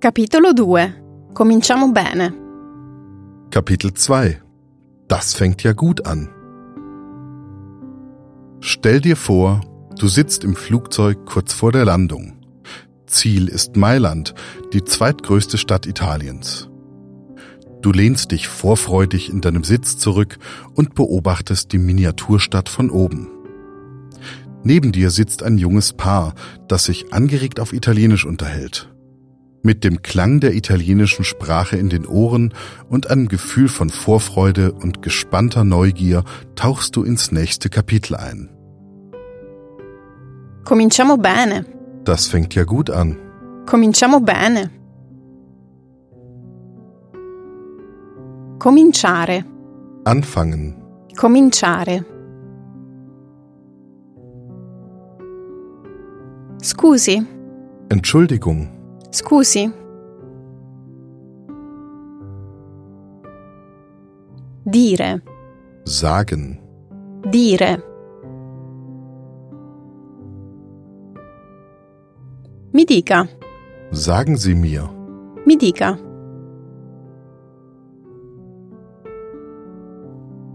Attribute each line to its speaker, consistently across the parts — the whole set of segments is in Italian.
Speaker 1: Capitolo 2. Cominciamo bene.
Speaker 2: Kapitel 2 Das fängt ja gut an. Stell dir vor, du sitzt im Flugzeug kurz vor der Landung. Ziel ist Mailand, die zweitgrößte Stadt Italiens. Du lehnst dich vorfreudig in deinem Sitz zurück und beobachtest die Miniaturstadt von oben. Neben dir sitzt ein junges Paar, das sich angeregt auf Italienisch unterhält. Mit dem Klang der italienischen Sprache in den Ohren und einem Gefühl von Vorfreude und gespannter Neugier tauchst du ins nächste Kapitel ein.
Speaker 1: Cominciamo bene.
Speaker 2: Das fängt ja gut an.
Speaker 1: Cominciamo bene. Cominciare.
Speaker 2: Anfangen.
Speaker 1: Cominciare. Scusi,
Speaker 2: Entschuldigung.
Speaker 1: scusi. Dire,
Speaker 2: Sagen.
Speaker 1: dire. Mi dica,
Speaker 2: Sagen Sie mir.
Speaker 1: mi dica.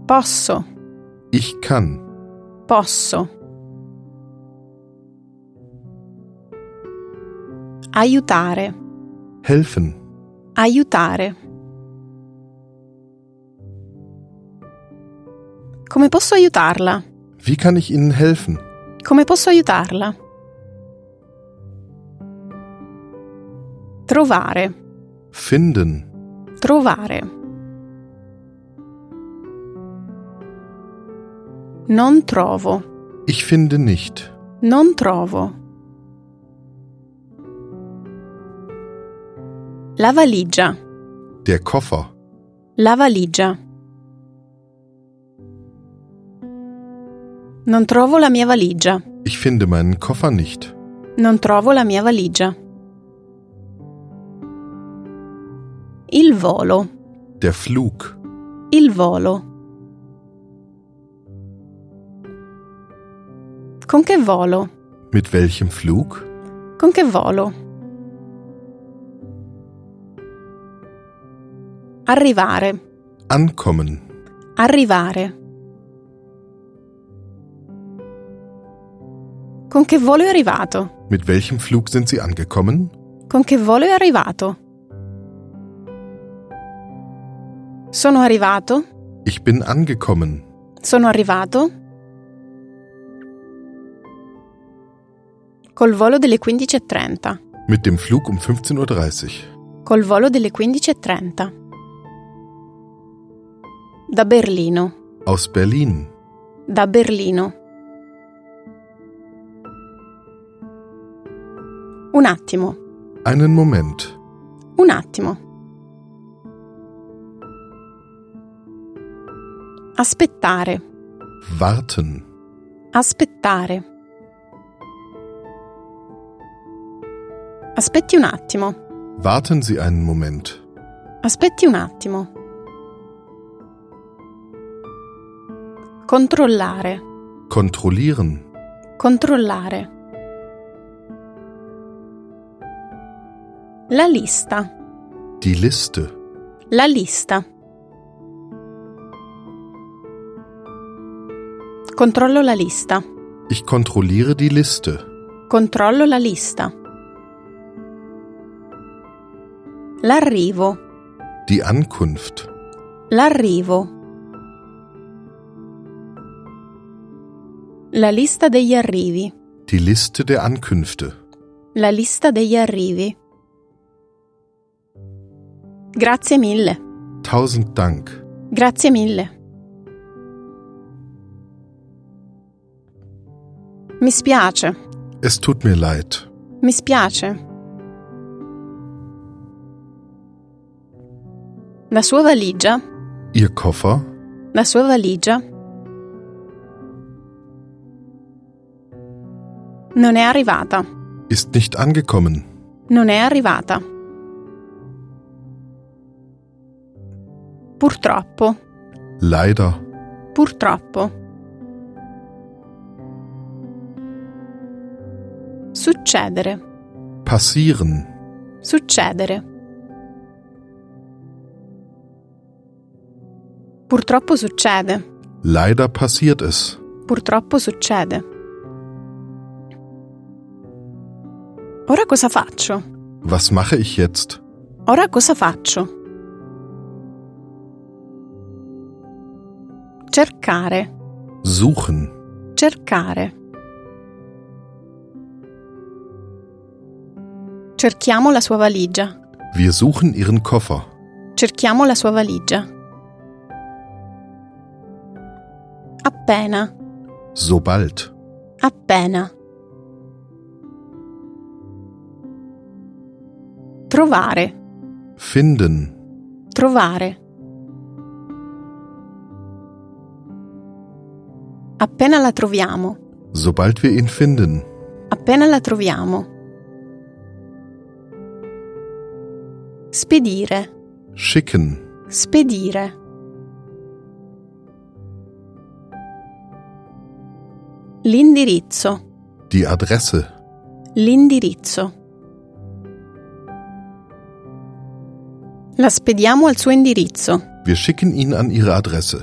Speaker 1: Posso.
Speaker 2: Ich kann.
Speaker 1: Posso. Aiutare,
Speaker 2: Helfen.
Speaker 1: aiutare. Come posso aiutarla?
Speaker 2: Wie kann ich Ihnen helfen?
Speaker 1: Come posso aiutarla? Trovare,
Speaker 2: Finden.
Speaker 1: trovare. Non trovo.
Speaker 2: Ich finde nicht.
Speaker 1: Non trovo. La valigia,
Speaker 2: Der Koffer.
Speaker 1: la valigia. Non trovo la mia valigia,
Speaker 2: Ich finde meinen Koffer nicht.
Speaker 1: non trovo la mia valigia. Il volo,
Speaker 2: Der Flug.
Speaker 1: il volo. Con che volo?
Speaker 2: Mit welchem Flug?
Speaker 1: Con che volo? Arrivare,
Speaker 2: Ankommen.
Speaker 1: arrivare. Con che volo è arrivato?
Speaker 2: Mit welchem Flug sind Sie angekommen?
Speaker 1: Con che volo è arrivato? Sono arrivato,
Speaker 2: Ich bin angekommen.
Speaker 1: sono arrivato. Col volo delle 15.30.
Speaker 2: Mit dem Flug um 15.30 Uhr.
Speaker 1: col volo delle 15.30. Da Berlino,
Speaker 2: Aus Berlin.
Speaker 1: da Berlino. Un attimo,
Speaker 2: Einen Moment.
Speaker 1: un attimo. Aspettare,
Speaker 2: Warten.
Speaker 1: aspettare. Aspetti un attimo.
Speaker 2: Warten Sie einen Moment.
Speaker 1: Aspetti un attimo. Controllare,
Speaker 2: Kontrollieren.
Speaker 1: controllare. La lista,
Speaker 2: Die Liste.
Speaker 1: la lista. Controllo la lista,
Speaker 2: Ich kontrolliere die Liste.
Speaker 1: controllo la lista. L'arrivo.
Speaker 2: Die Ankunft.
Speaker 1: L'arrivo. La lista degli arrivi.
Speaker 2: Die Liste der Ankünfte.
Speaker 1: La lista degli arrivi. Grazie mille.
Speaker 2: Tausend Dank.
Speaker 1: Grazie mille. Mi spiace.
Speaker 2: Es tut mir leid.
Speaker 1: Mi spiace. La sua valigia.
Speaker 2: Ihr Koffer?
Speaker 1: La sua valigia. Non è arrivata,
Speaker 2: Ist nicht angekommen.
Speaker 1: non è arrivata. Purtroppo,
Speaker 2: Leider.
Speaker 1: purtroppo. Succedere,
Speaker 2: Passieren.
Speaker 1: Succedere. Purtroppo succede,
Speaker 2: Leider passiert es.
Speaker 1: purtroppo succede. Ora cosa faccio?
Speaker 2: Was mache ich jetzt?
Speaker 1: Ora cosa faccio? Cercare,
Speaker 2: Suchen.
Speaker 1: cercare. Cerchiamo la sua valigia,
Speaker 2: Wir suchen ihren Koffer.
Speaker 1: cerchiamo la sua valigia. Appena.
Speaker 2: Sobald.
Speaker 1: Appena. Trovare,
Speaker 2: Finden.
Speaker 1: trovare. Appena la troviamo,
Speaker 2: Sobald wir ihn finden.
Speaker 1: appena la troviamo. Spedire,
Speaker 2: Schicken.
Speaker 1: spedire. L'indirizzo.
Speaker 2: Die Adresse.
Speaker 1: L'indirizzo. La spediamo al suo indirizzo.
Speaker 2: Wir schicken ihn an ihre Adresse.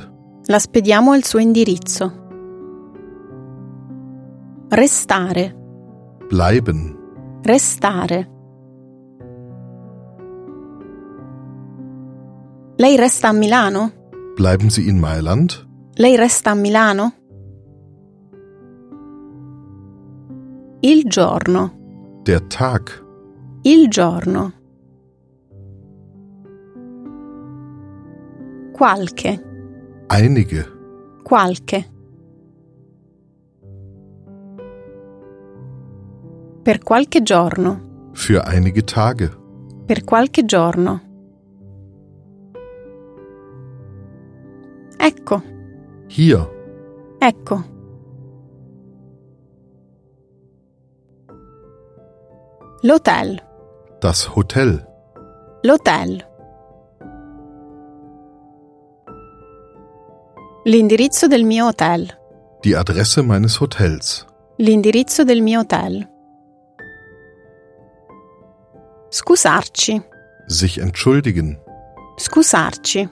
Speaker 1: La spediamo al suo indirizzo. Restare.
Speaker 2: Bleiben.
Speaker 1: Restare. Lei resta a Milano?
Speaker 2: Bleiben Sie in Mailand?
Speaker 1: Lei resta a Milano? Il giorno.
Speaker 2: Der Tag.
Speaker 1: Il giorno. Qualche,
Speaker 2: Einige.
Speaker 1: qualche. Per qualche giorno,
Speaker 2: Für einige Tage.
Speaker 1: per qualche giorno. Ecco,
Speaker 2: Hier.
Speaker 1: ecco. L'hotel.
Speaker 2: Das Hotel.
Speaker 1: L'hotel. L'indirizzo del mio hotel.
Speaker 2: Die Adresse meines Hotels.
Speaker 1: L'indirizzo del mio hotel. Scusarci.
Speaker 2: Sich entschuldigen.
Speaker 1: Scusarci.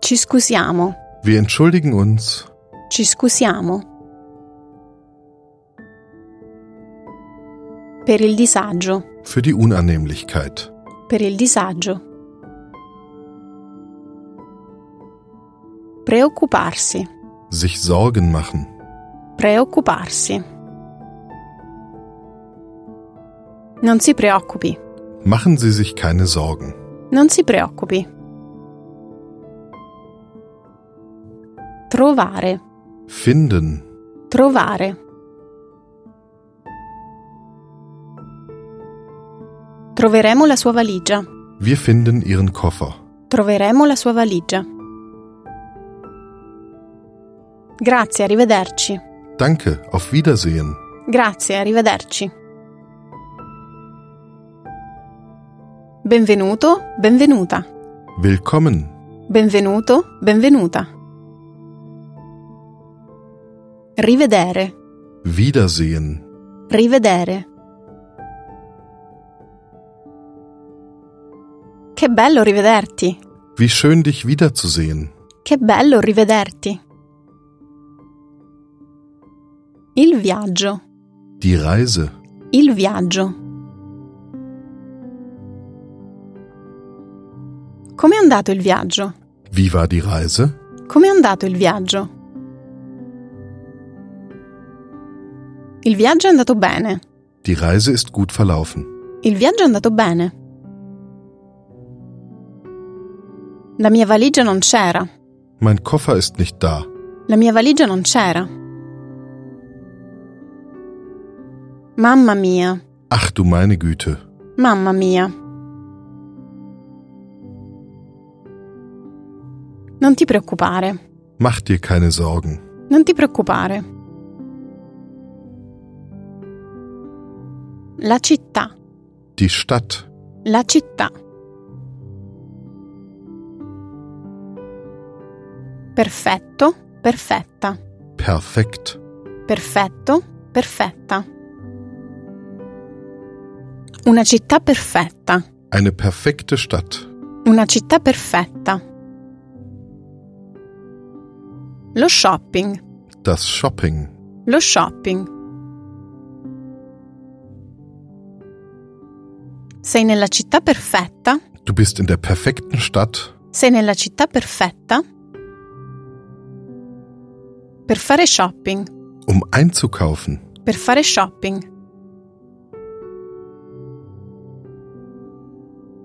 Speaker 1: Ci scusiamo.
Speaker 2: Wir entschuldigen uns.
Speaker 1: Ci scusiamo. Per il disagio.
Speaker 2: Für die Unannehmlichkeit.
Speaker 1: per il disagio. Preoccuparsi,
Speaker 2: Sich Sorgen machen.
Speaker 1: preoccuparsi. Non si preoccupi,
Speaker 2: Machen Sie sich keine Sorgen.
Speaker 1: non si preoccupi. Trovare,
Speaker 2: Finden.
Speaker 1: trovare. Troveremo la sua valigia.
Speaker 2: Wir finden Ihren Koffer.
Speaker 1: Troveremo la sua valigia. Grazie, arrivederci.
Speaker 2: Danke, auf Wiedersehen.
Speaker 1: Grazie, arrivederci. Benvenuto, benvenuta.
Speaker 2: Willkommen.
Speaker 1: Benvenuto, benvenuta. Rivedere,
Speaker 2: Wiedersehen.
Speaker 1: rivedere. Che bello rivederti.
Speaker 2: Wie schön, dich wiederzusehen.
Speaker 1: Che bello rivederti. Il viaggio,
Speaker 2: Die Reise.
Speaker 1: il viaggio. Com'è andato il viaggio?
Speaker 2: Wie war die Reise?
Speaker 1: Com'è andato il viaggio? Il viaggio è andato bene.
Speaker 2: Die Reise ist gut verlaufen.
Speaker 1: Il viaggio è andato bene. La mia valigia non c'era.
Speaker 2: Mein Koffer ist nicht da.
Speaker 1: La mia valigia non c'era. Mamma mia,
Speaker 2: Ach du meine Güte.
Speaker 1: mamma mia. Non ti preoccupare,
Speaker 2: Mach dir keine Sorgen.
Speaker 1: non ti preoccupare. La città,
Speaker 2: Die Stadt.
Speaker 1: la città. Perfetto, perfetta.
Speaker 2: Perfekt.
Speaker 1: Perfetto, perfetta. Una città perfetta.
Speaker 2: Eine perfekte Stadt.
Speaker 1: Una città perfetta. Lo shopping.
Speaker 2: Das Shopping.
Speaker 1: Lo shopping. Sei nella città perfetta?
Speaker 2: Du bist in der perfekten Stadt,
Speaker 1: Sei nella città perfetta? Per fare shopping.
Speaker 2: um einzukaufen.
Speaker 1: Per fare shopping.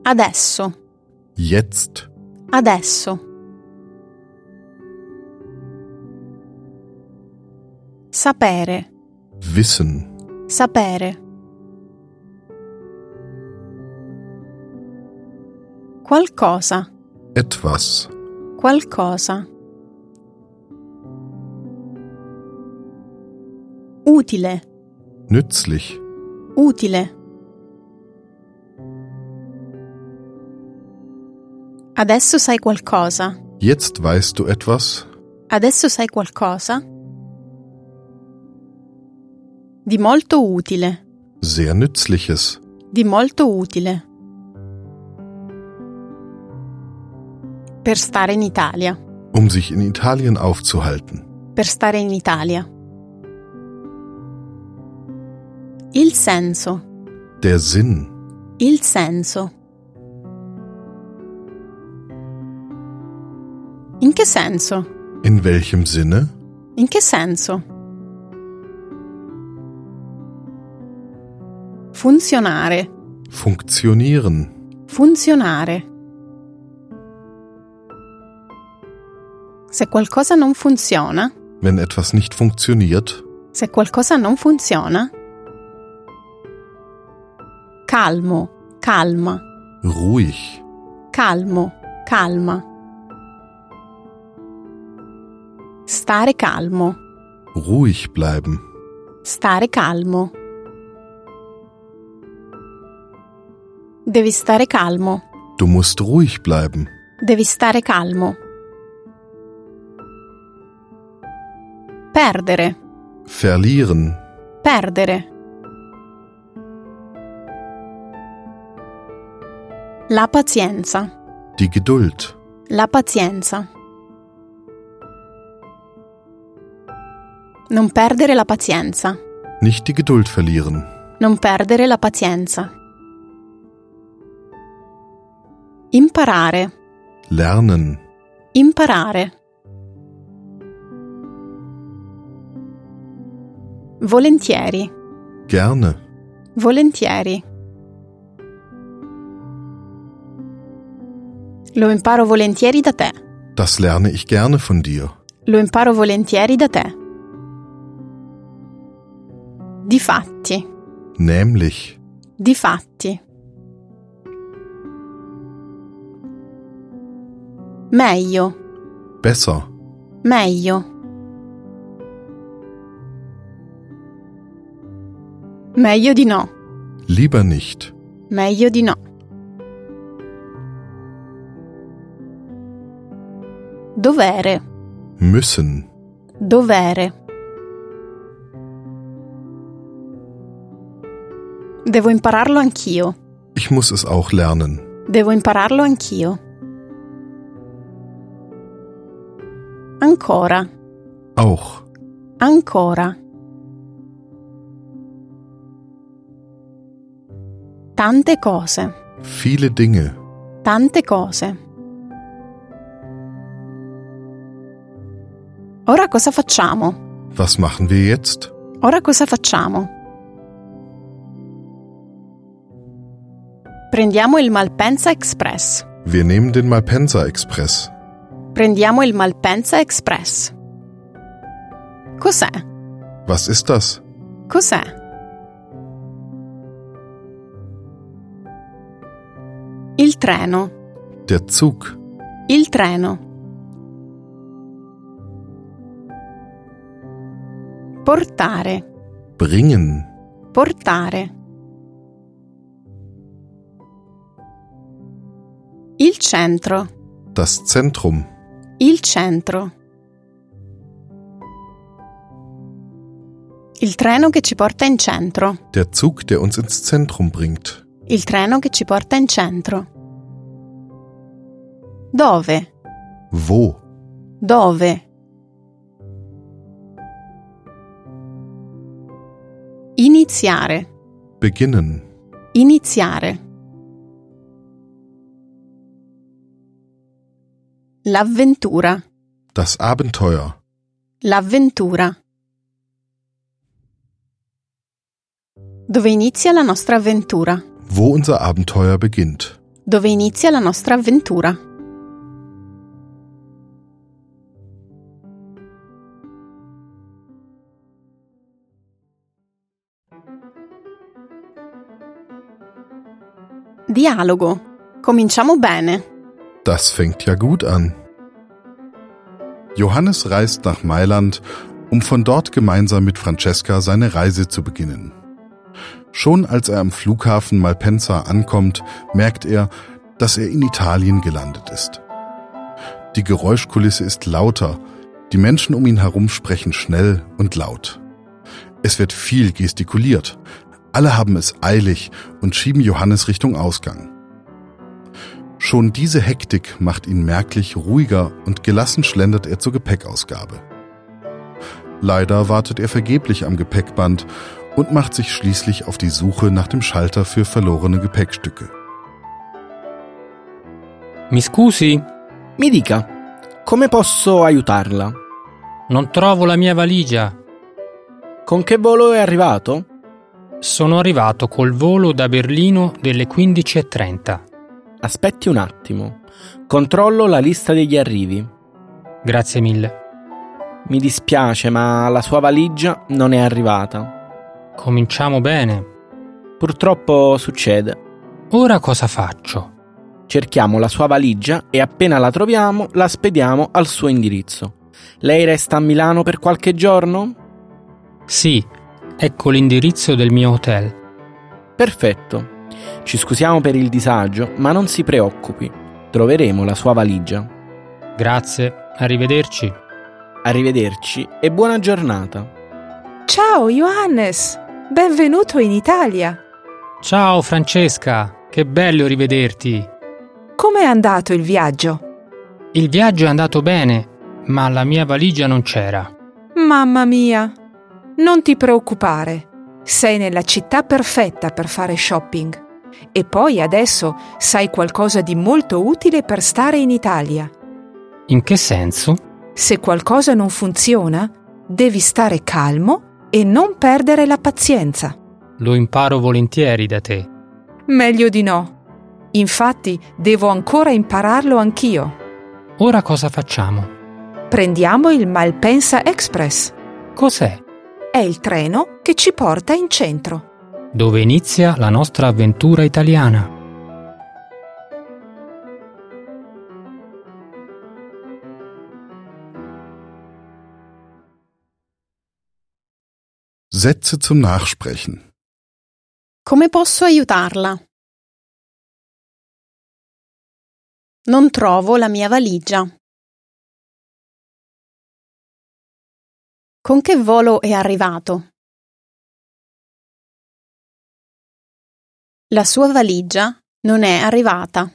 Speaker 1: Adesso.
Speaker 2: Jetzt.
Speaker 1: Adesso. Sapere.
Speaker 2: Wissen.
Speaker 1: Sapere. Qualcosa,
Speaker 2: Etwas.
Speaker 1: qualcosa. Utile,
Speaker 2: Nützlich.
Speaker 1: utile. Adesso sai qualcosa,
Speaker 2: Jetzt weißt du etwas.
Speaker 1: adesso sai qualcosa. Di molto utile.
Speaker 2: Sehr Nützliches.
Speaker 1: di molto utile. Per stare in Italia,
Speaker 2: Um sich in Italien aufzuhalten.
Speaker 1: per stare in Italia. Il senso,
Speaker 2: Der Sinn.
Speaker 1: il senso. In che senso?
Speaker 2: In welchem Sinne?
Speaker 1: In che senso? Funzionare.
Speaker 2: Funktionieren.
Speaker 1: Funzionare. Se qualcosa non funziona,
Speaker 2: Wenn etwas nicht funktioniert.
Speaker 1: se qualcosa non funziona. Calmo, calma,
Speaker 2: Ruhig.
Speaker 1: calmo, calma. Stare calmo,
Speaker 2: Ruhig bleiben.
Speaker 1: stare calmo. Devi stare calmo.
Speaker 2: Du musst ruhig bleiben.
Speaker 1: Devi stare calmo. Perdere,
Speaker 2: Verlieren.
Speaker 1: perdere. La pazienza,
Speaker 2: Die Geduld.
Speaker 1: la pazienza. Non perdere la pazienza,
Speaker 2: Nicht die Geduld verlieren.
Speaker 1: non perdere la pazienza. Imparare.
Speaker 2: Lernen.
Speaker 1: Imparare. Volentieri,
Speaker 2: Gerne.
Speaker 1: volentieri. Lo imparo volentieri da te.
Speaker 2: Das lerne ich gerne von dir.
Speaker 1: Lo imparo volentieri da te. Difatti,
Speaker 2: Nämlich.
Speaker 1: difatti. Meglio.
Speaker 2: Besser.
Speaker 1: Meglio. Meglio di no,
Speaker 2: Lieber nicht.
Speaker 1: meglio di no. Dovere,
Speaker 2: Müssen.
Speaker 1: dovere. Devo impararlo anch'io,
Speaker 2: Ich muss es auch lernen.
Speaker 1: devo impararlo anch'io. Ancora.
Speaker 2: Auch.
Speaker 1: Ancora. Tante cose,
Speaker 2: Viele Dinge.
Speaker 1: tante cose. Ora cosa facciamo?
Speaker 2: Was machen wir jetzt?
Speaker 1: Ora cosa facciamo? Prendiamo il Malpensa Express.
Speaker 2: Wir nehmen den Malpensa Express.
Speaker 1: Prendiamo il Malpensa Express. Cos'è?
Speaker 2: Was ist das?
Speaker 1: Cos'è? Il treno,
Speaker 2: Der Zug.
Speaker 1: il treno. Portare,
Speaker 2: Bringen.
Speaker 1: portare. Il centro,
Speaker 2: Das Zentrum.
Speaker 1: il centro. Il treno che ci porta in centro.
Speaker 2: Der Zug, der uns ins Zentrum bringt.
Speaker 1: Il treno che ci porta in centro. Dove?
Speaker 2: Wo?
Speaker 1: Dove? Iniziare.
Speaker 2: Beginnen.
Speaker 1: Iniziare. L'avventura.
Speaker 2: Das Abenteuer.
Speaker 1: L'avventura. Dove inizia la nostra avventura?
Speaker 2: Wo unser Abenteuer beginnt.
Speaker 1: Dove inizia la nostra avventura? Dialogo. Cominciamo bene.
Speaker 2: Das fängt ja gut an. Johannes reist nach Mailand, um von dort gemeinsam mit Francesca seine Reise zu beginnen. Schon als er am Flughafen Malpensa ankommt, merkt er, dass er in Italien gelandet ist. Die Geräuschkulisse ist lauter, die Menschen um ihn herum sprechen schnell und laut. Es wird viel gestikuliert, alle haben es eilig und schieben Johannes Richtung Ausgang. Schon diese Hektik macht ihn merklich ruhiger und gelassen schlendert er zur Gepäckausgabe. Leider wartet er vergeblich am Gepäckband und macht sich schließlich auf die Suche nach dem Schalter für verlorene Gepäckstücke.
Speaker 3: Mi scusi,
Speaker 4: Mi dica, come posso aiutarla?
Speaker 3: non trovo la mia valigia.
Speaker 4: Con che volo è arrivato?
Speaker 3: Sono arrivato col volo da Berlino delle 15.30.
Speaker 4: Aspetti un attimo. Controllo la lista degli arrivi.
Speaker 3: Grazie mille.
Speaker 4: Mi dispiace, ma la sua valigia non è arrivata.
Speaker 3: Cominciamo bene.
Speaker 4: Purtroppo succede.
Speaker 3: Ora cosa faccio?
Speaker 4: Cerchiamo la sua valigia e appena la troviamo la spediamo al suo indirizzo. Lei resta a Milano per qualche giorno?
Speaker 3: Sì, ecco l'indirizzo del mio hotel.
Speaker 4: Perfetto. Ci scusiamo per il disagio, ma non si preoccupi. Troveremo la sua valigia.
Speaker 3: Grazie, arrivederci.
Speaker 4: Arrivederci e buona giornata.
Speaker 5: Ciao Johannes, benvenuto in Italia.
Speaker 3: Ciao Francesca, che bello rivederti.
Speaker 5: Com'è andato il viaggio?
Speaker 3: Il viaggio è andato bene, ma la mia valigia non c'era.
Speaker 5: Mamma mia, non ti preoccupare, sei nella città perfetta per fare shopping. E poi adesso sai qualcosa di molto utile per stare in Italia.
Speaker 3: In che senso?
Speaker 5: Se qualcosa non funziona, devi stare calmo e non perdere la pazienza.
Speaker 3: Lo imparo volentieri da te.
Speaker 5: Meglio di no. Infatti devo ancora impararlo anch'io.
Speaker 3: Ora cosa facciamo?
Speaker 5: Prendiamo il Malpensa Express.
Speaker 3: Cos'è?
Speaker 5: È il treno che ci porta in centro.
Speaker 3: Dove inizia la nostra avventura italiana?
Speaker 2: Sätze zum Nachsprechen.
Speaker 1: Come posso aiutarla? Non trovo la mia valigia. Con che volo è arrivato? La sua valigia non è arrivata.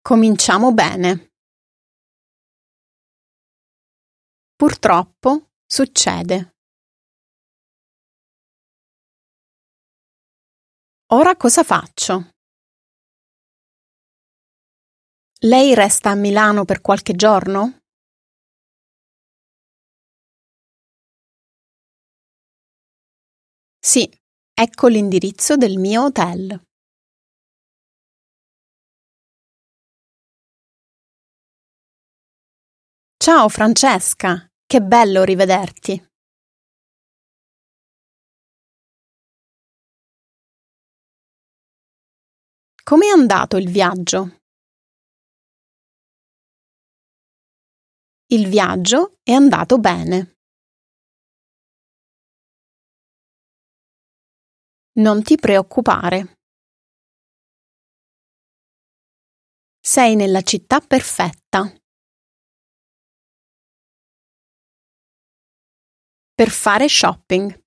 Speaker 1: Cominciamo bene. Purtroppo succede. Ora cosa faccio? Lei resta a Milano per qualche giorno? Sì, ecco l'indirizzo del mio hotel. Ciao Francesca, che bello rivederti. Com'è andato il viaggio? Il viaggio è andato bene. Non ti preoccupare. Sei nella città perfetta. per fare shopping.